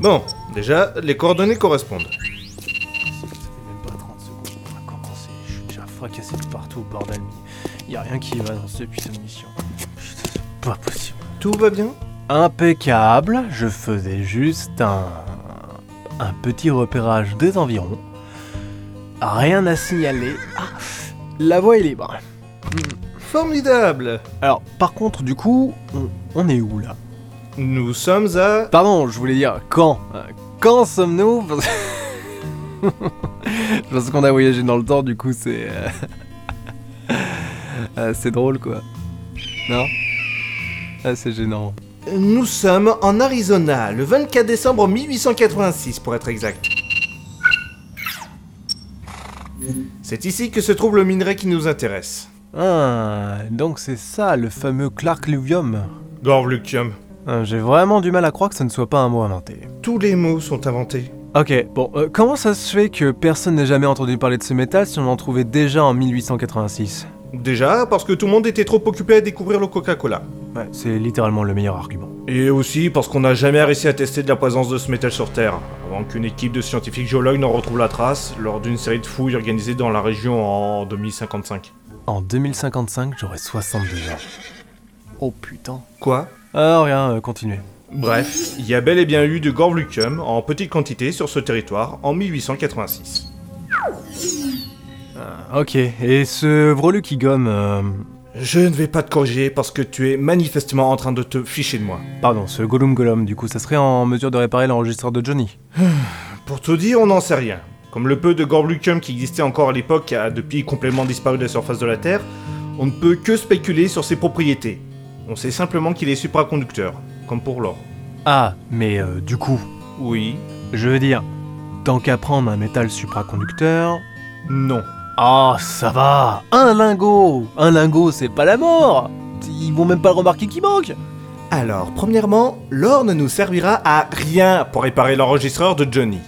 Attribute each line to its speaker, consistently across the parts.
Speaker 1: Bon, déjà, les coordonnées correspondent.
Speaker 2: Ça fait même pas 30 secondes qu'on a commencé. Je suis déjà fracassé de partout, bordel. Y a rien qui va dans ce putain de mission. Putain, c'est pas possible.
Speaker 1: Tout va bien
Speaker 2: Impeccable, je faisais juste un. un petit repérage des environs. Rien à signaler. Ah, la voie est libre.
Speaker 1: Formidable
Speaker 2: Alors, par contre, du coup, on, on est où là
Speaker 1: Nous sommes à...
Speaker 2: Pardon, je voulais dire quand Euh, Quand sommes-nous Parce- Parce qu'on a voyagé dans le temps, du coup, c'est. euh, euh, c'est drôle quoi. Non Ah, c'est gênant.
Speaker 1: Nous sommes en Arizona, le 24 décembre 1886 pour être exact. C'est ici que se trouve le minerai qui nous intéresse.
Speaker 2: Ah, donc c'est ça le fameux Clarkluvium.
Speaker 1: Gorvluctium.
Speaker 2: Ah, J'ai vraiment du mal à croire que ce ne soit pas un mot inventé.
Speaker 1: Tous les mots sont inventés.
Speaker 2: Ok, bon, euh, comment ça se fait que personne n'ait jamais entendu parler de ce métal si on en trouvait déjà en 1886
Speaker 1: Déjà, parce que tout le monde était trop occupé à découvrir le Coca-Cola.
Speaker 2: Ouais, c'est littéralement le meilleur argument.
Speaker 1: Et aussi parce qu'on n'a jamais réussi à tester de la présence de ce métal sur Terre, avant qu'une équipe de scientifiques géologues n'en retrouve la trace lors d'une série de fouilles organisées dans la région en 2055.
Speaker 2: En 2055, j'aurai 62 ans. Oh putain.
Speaker 1: Quoi
Speaker 2: Ah rien, euh, continuez.
Speaker 1: Bref, il y a bel et bien eu de gorvlucum en petite quantité sur ce territoire en 1886.
Speaker 2: Ah, ok, et ce vrelu qui gomme... euh,
Speaker 1: Je ne vais pas te corriger parce que tu es manifestement en train de te ficher de moi.
Speaker 2: Pardon, ce Gollum Gollum, du coup, ça serait en mesure de réparer l'enregistreur de Johnny.
Speaker 1: Pour tout dire, on n'en sait rien. Comme le peu de gorvlucum qui existait encore à l'époque a depuis complètement disparu de la surface de la Terre, on ne peut que spéculer sur ses propriétés. On sait simplement qu'il est supraconducteur, comme pour l'or.
Speaker 2: Ah, mais euh, du coup,
Speaker 1: Oui.
Speaker 2: je veux dire, tant qu'à prendre un métal supraconducteur...
Speaker 1: Non.
Speaker 2: Ah, ça va Un lingot Un lingot, c'est pas la mort Ils vont même pas remarquer qu'il manque
Speaker 1: Alors, premièrement, l'or ne nous servira à rien pour réparer l'enregistreur de Johnny.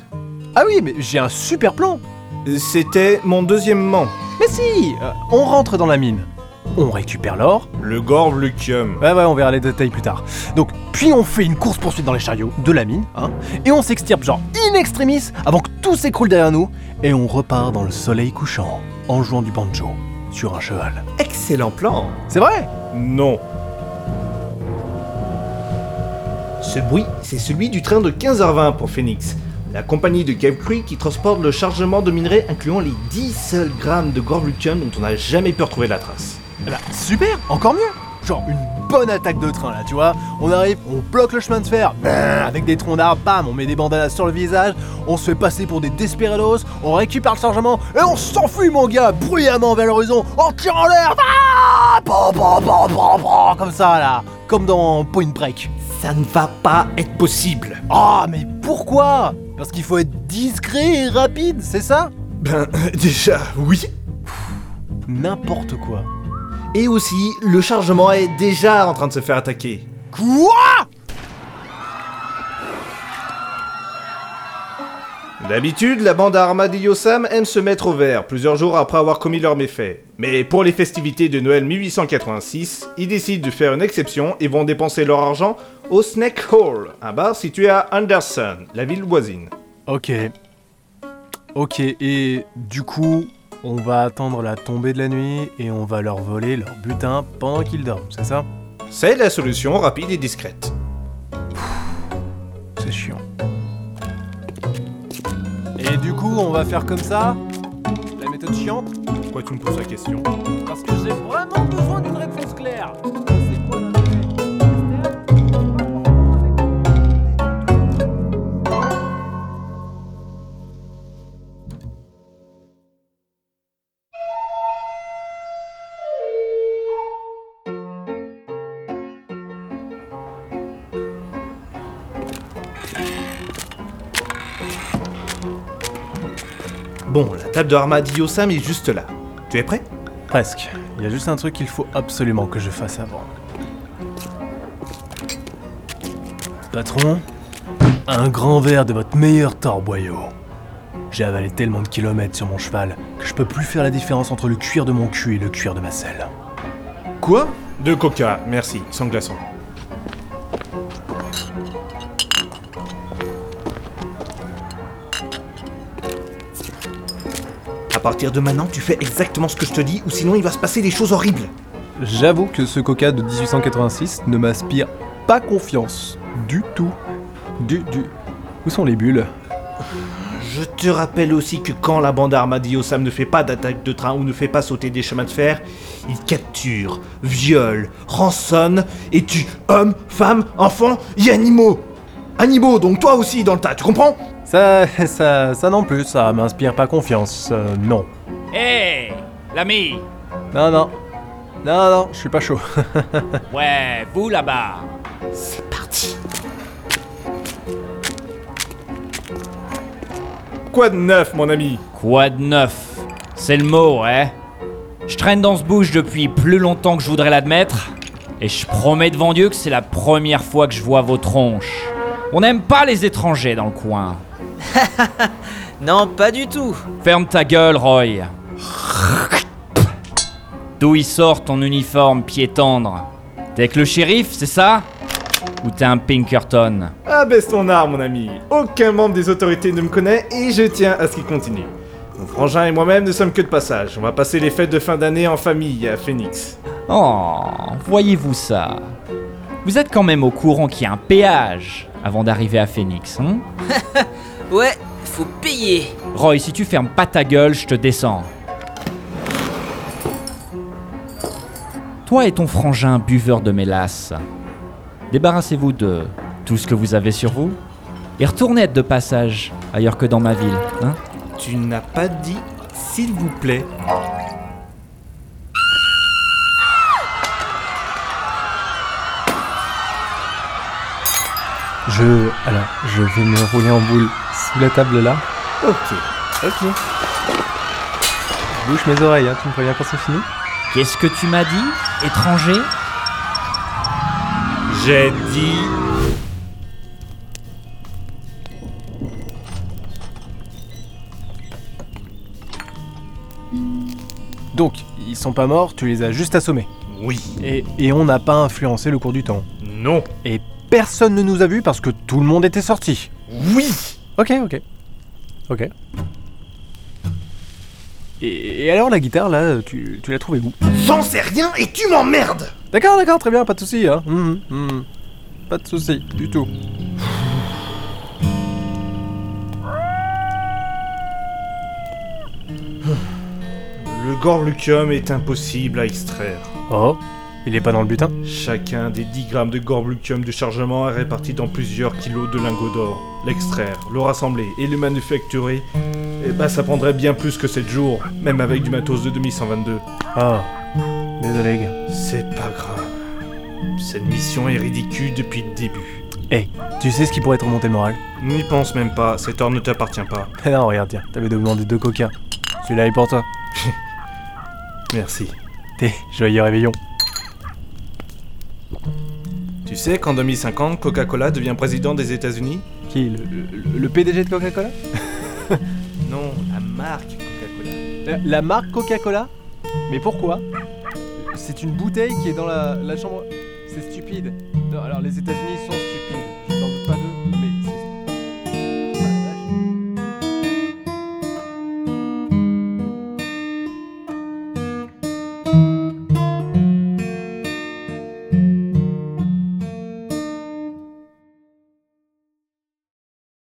Speaker 2: Ah oui, mais j'ai un super plan
Speaker 1: C'était mon deuxièmement.
Speaker 2: Mais si euh, On rentre dans la mine, on récupère l'or,
Speaker 1: Le gorvlucum.
Speaker 2: Ouais, ouais, on verra les détails plus tard. Donc, puis on fait une course-poursuite dans les chariots, de la mine, hein, et on s'extirpe genre in extremis avant que tout s'écroule derrière nous, et on repart dans le soleil couchant, en jouant du banjo, sur un cheval.
Speaker 1: Excellent plan.
Speaker 2: C'est vrai
Speaker 1: Non. Ce bruit, c'est celui du train de 15h20 pour Phoenix, la compagnie de Cave Creek qui transporte le chargement de minerais incluant les 10 seuls grammes de gorvlucum dont on n'a jamais pu retrouver la trace.
Speaker 2: Eh ben, super, encore mieux Genre une bonne attaque de train là, tu vois. On arrive, on bloque le chemin de fer, brrr, avec des troncs d'arbres, bam, on met des bandanas sur le visage, on se fait passer pour des desperados, on récupère le chargement, et on s'enfuit mon gars, bruyamment vers l'horizon, en tirant l'air, ah, Bran, bran, bran, bran, bran, comme ça là, comme dans Point Break.
Speaker 1: Ça ne va pas être possible.
Speaker 2: Ah, mais pourquoi Parce qu'il faut être discret et rapide, c'est ça
Speaker 1: Ben déjà, oui.
Speaker 2: N'importe quoi.
Speaker 1: Et aussi, le chargement est déjà en train de se faire attaquer.
Speaker 2: Quoi
Speaker 1: D'habitude, la bande à Armadillo Sam aime se mettre au vert plusieurs jours après avoir commis leurs méfaits. Mais pour les festivités de Noël 1886, ils décident de faire une exception et vont dépenser leur argent au Snake Hall, un bar situé à Anderson, la ville voisine.
Speaker 2: Ok. Ok, et du coup, on va attendre la tombée de la nuit et on va leur voler leur butin pendant qu'ils dorment, c'est ça
Speaker 1: C'est la solution rapide et discrète.
Speaker 2: C'est chiant. Et du coup, on va faire comme ça La méthode chiante
Speaker 1: Pourquoi tu me poses la question
Speaker 2: Parce que j'ai vraiment besoin d'une réponse claire
Speaker 1: Bon, la table de Armadillo Sam est juste là. Tu es prêt
Speaker 2: Presque. Il y a juste un truc qu'il faut absolument que je fasse avant. Patron, un grand verre de votre meilleur torboyau. J'ai avalé tellement de kilomètres sur mon cheval que je peux plus faire la différence entre le cuir de mon cul et le cuir de ma selle.
Speaker 1: Quoi De coca, merci, sans glaçon.
Speaker 3: À partir de maintenant, tu fais exactement ce que je te dis, ou sinon il va se passer des choses horribles.
Speaker 2: J'avoue que ce coca de 1886 ne m'inspire pas confiance. Du tout. Du, du. Où sont les bulles
Speaker 3: Je te rappelle aussi que quand la bande Armadillo Sam ne fait pas d'attaque de train ou ne fait pas sauter des chemins de fer, il capture, viole, rançonne et tue hommes, femmes, enfants et animaux. Animaux, donc toi aussi dans le tas, tu comprends
Speaker 2: Ça, ça, ça non plus, ça m'inspire pas confiance. euh, non.
Speaker 4: Hé Eh, L'ami
Speaker 2: Non, non. Non, non, je suis pas chaud.
Speaker 4: Ouais, vous là-bas
Speaker 1: Quoi de neuf, mon ami
Speaker 4: Quoi de neuf C'est le mot, ouais. Je traîne dans ce bouge depuis plus longtemps que je voudrais l'admettre, et je promets devant Dieu que c'est la première fois que je vois vos tronches. On n'aime pas les étrangers dans le coin.
Speaker 5: Non, pas du tout.
Speaker 4: Ferme ta gueule, Roy. D'où il sort ton uniforme pied tendre T'es avec le shérif, c'est ça Ou t'es un Pinkerton
Speaker 1: Abaisse ton arme, mon ami. Aucun membre des autorités ne me connaît et je tiens à ce qu'il continue. Mon frangin et moi-même ne sommes que de passage. On va passer les fêtes de fin d'année en famille à Phoenix.
Speaker 4: Oh, voyez-vous ça Vous êtes quand même au courant qu'il y a un péage avant d'arriver à Phoenix, hein
Speaker 5: Ouais, faut payer.
Speaker 4: Roy, si tu fermes pas ta gueule, je te descends. Toi et ton frangin buveur de mélasse, débarrassez-vous de tout ce que vous avez sur vous et retournez être de passage ailleurs que dans ma ville, hein
Speaker 3: Tu n'as pas dit s'il vous plaît.
Speaker 2: Je. Alors, je vais me rouler en boule sous la table là.
Speaker 1: Ok, ok.
Speaker 2: Bouche mes oreilles, hein, tu me préviens quand c'est fini
Speaker 4: Qu'est-ce que tu m'as dit, étranger
Speaker 1: J'ai dit.
Speaker 2: Donc, ils sont pas morts, tu les as juste assommés.
Speaker 1: Oui.
Speaker 2: Et, et on n'a pas influencé le cours du temps.
Speaker 1: Non.
Speaker 2: Et personne ne nous a vus parce que tout le monde était sorti.
Speaker 1: Oui
Speaker 2: Ok, ok. Ok. Et, et alors la guitare là, tu, tu l'as trouvée où
Speaker 3: J'en sais rien et tu m'emmerdes
Speaker 2: D'accord, d'accord, très bien, pas de soucis, hein. Mhm, mhm. Pas de soucis, du tout.
Speaker 1: Le Gorlucum est impossible à extraire.
Speaker 2: Oh, il est pas dans le butin
Speaker 1: Chacun des 10 grammes de Gorlucum de chargement est réparti dans plusieurs kilos de lingots d'or. L'extraire, le rassembler et le manufacturer, eh ben ça prendrait bien plus que 7 jours, même avec du matos de 2122.
Speaker 2: Oh, désolé, gars.
Speaker 1: C'est pas grave. Cette mission est ridicule depuis le début.
Speaker 2: Eh, tu sais ce qui pourrait te remonter le moral
Speaker 1: N'y pense même pas, cet or ne t'appartient pas.
Speaker 2: Ah Non, regarde, tiens, t'avais demandé deux coquins. Celui-là est pour toi.
Speaker 1: Merci.
Speaker 2: T'es joyeux réveillon.
Speaker 1: Tu sais qu'en 2050, Coca-Cola devient président des États-Unis
Speaker 2: Qui Le, le- le PDG de Coca-Cola
Speaker 3: Non, la marque Coca-Cola.
Speaker 2: la, la marque Coca-Cola Mais pourquoi C'est une bouteille qui est dans la, la chambre. C'est stupide. Non, alors les États-Unis sont stupides. Ah,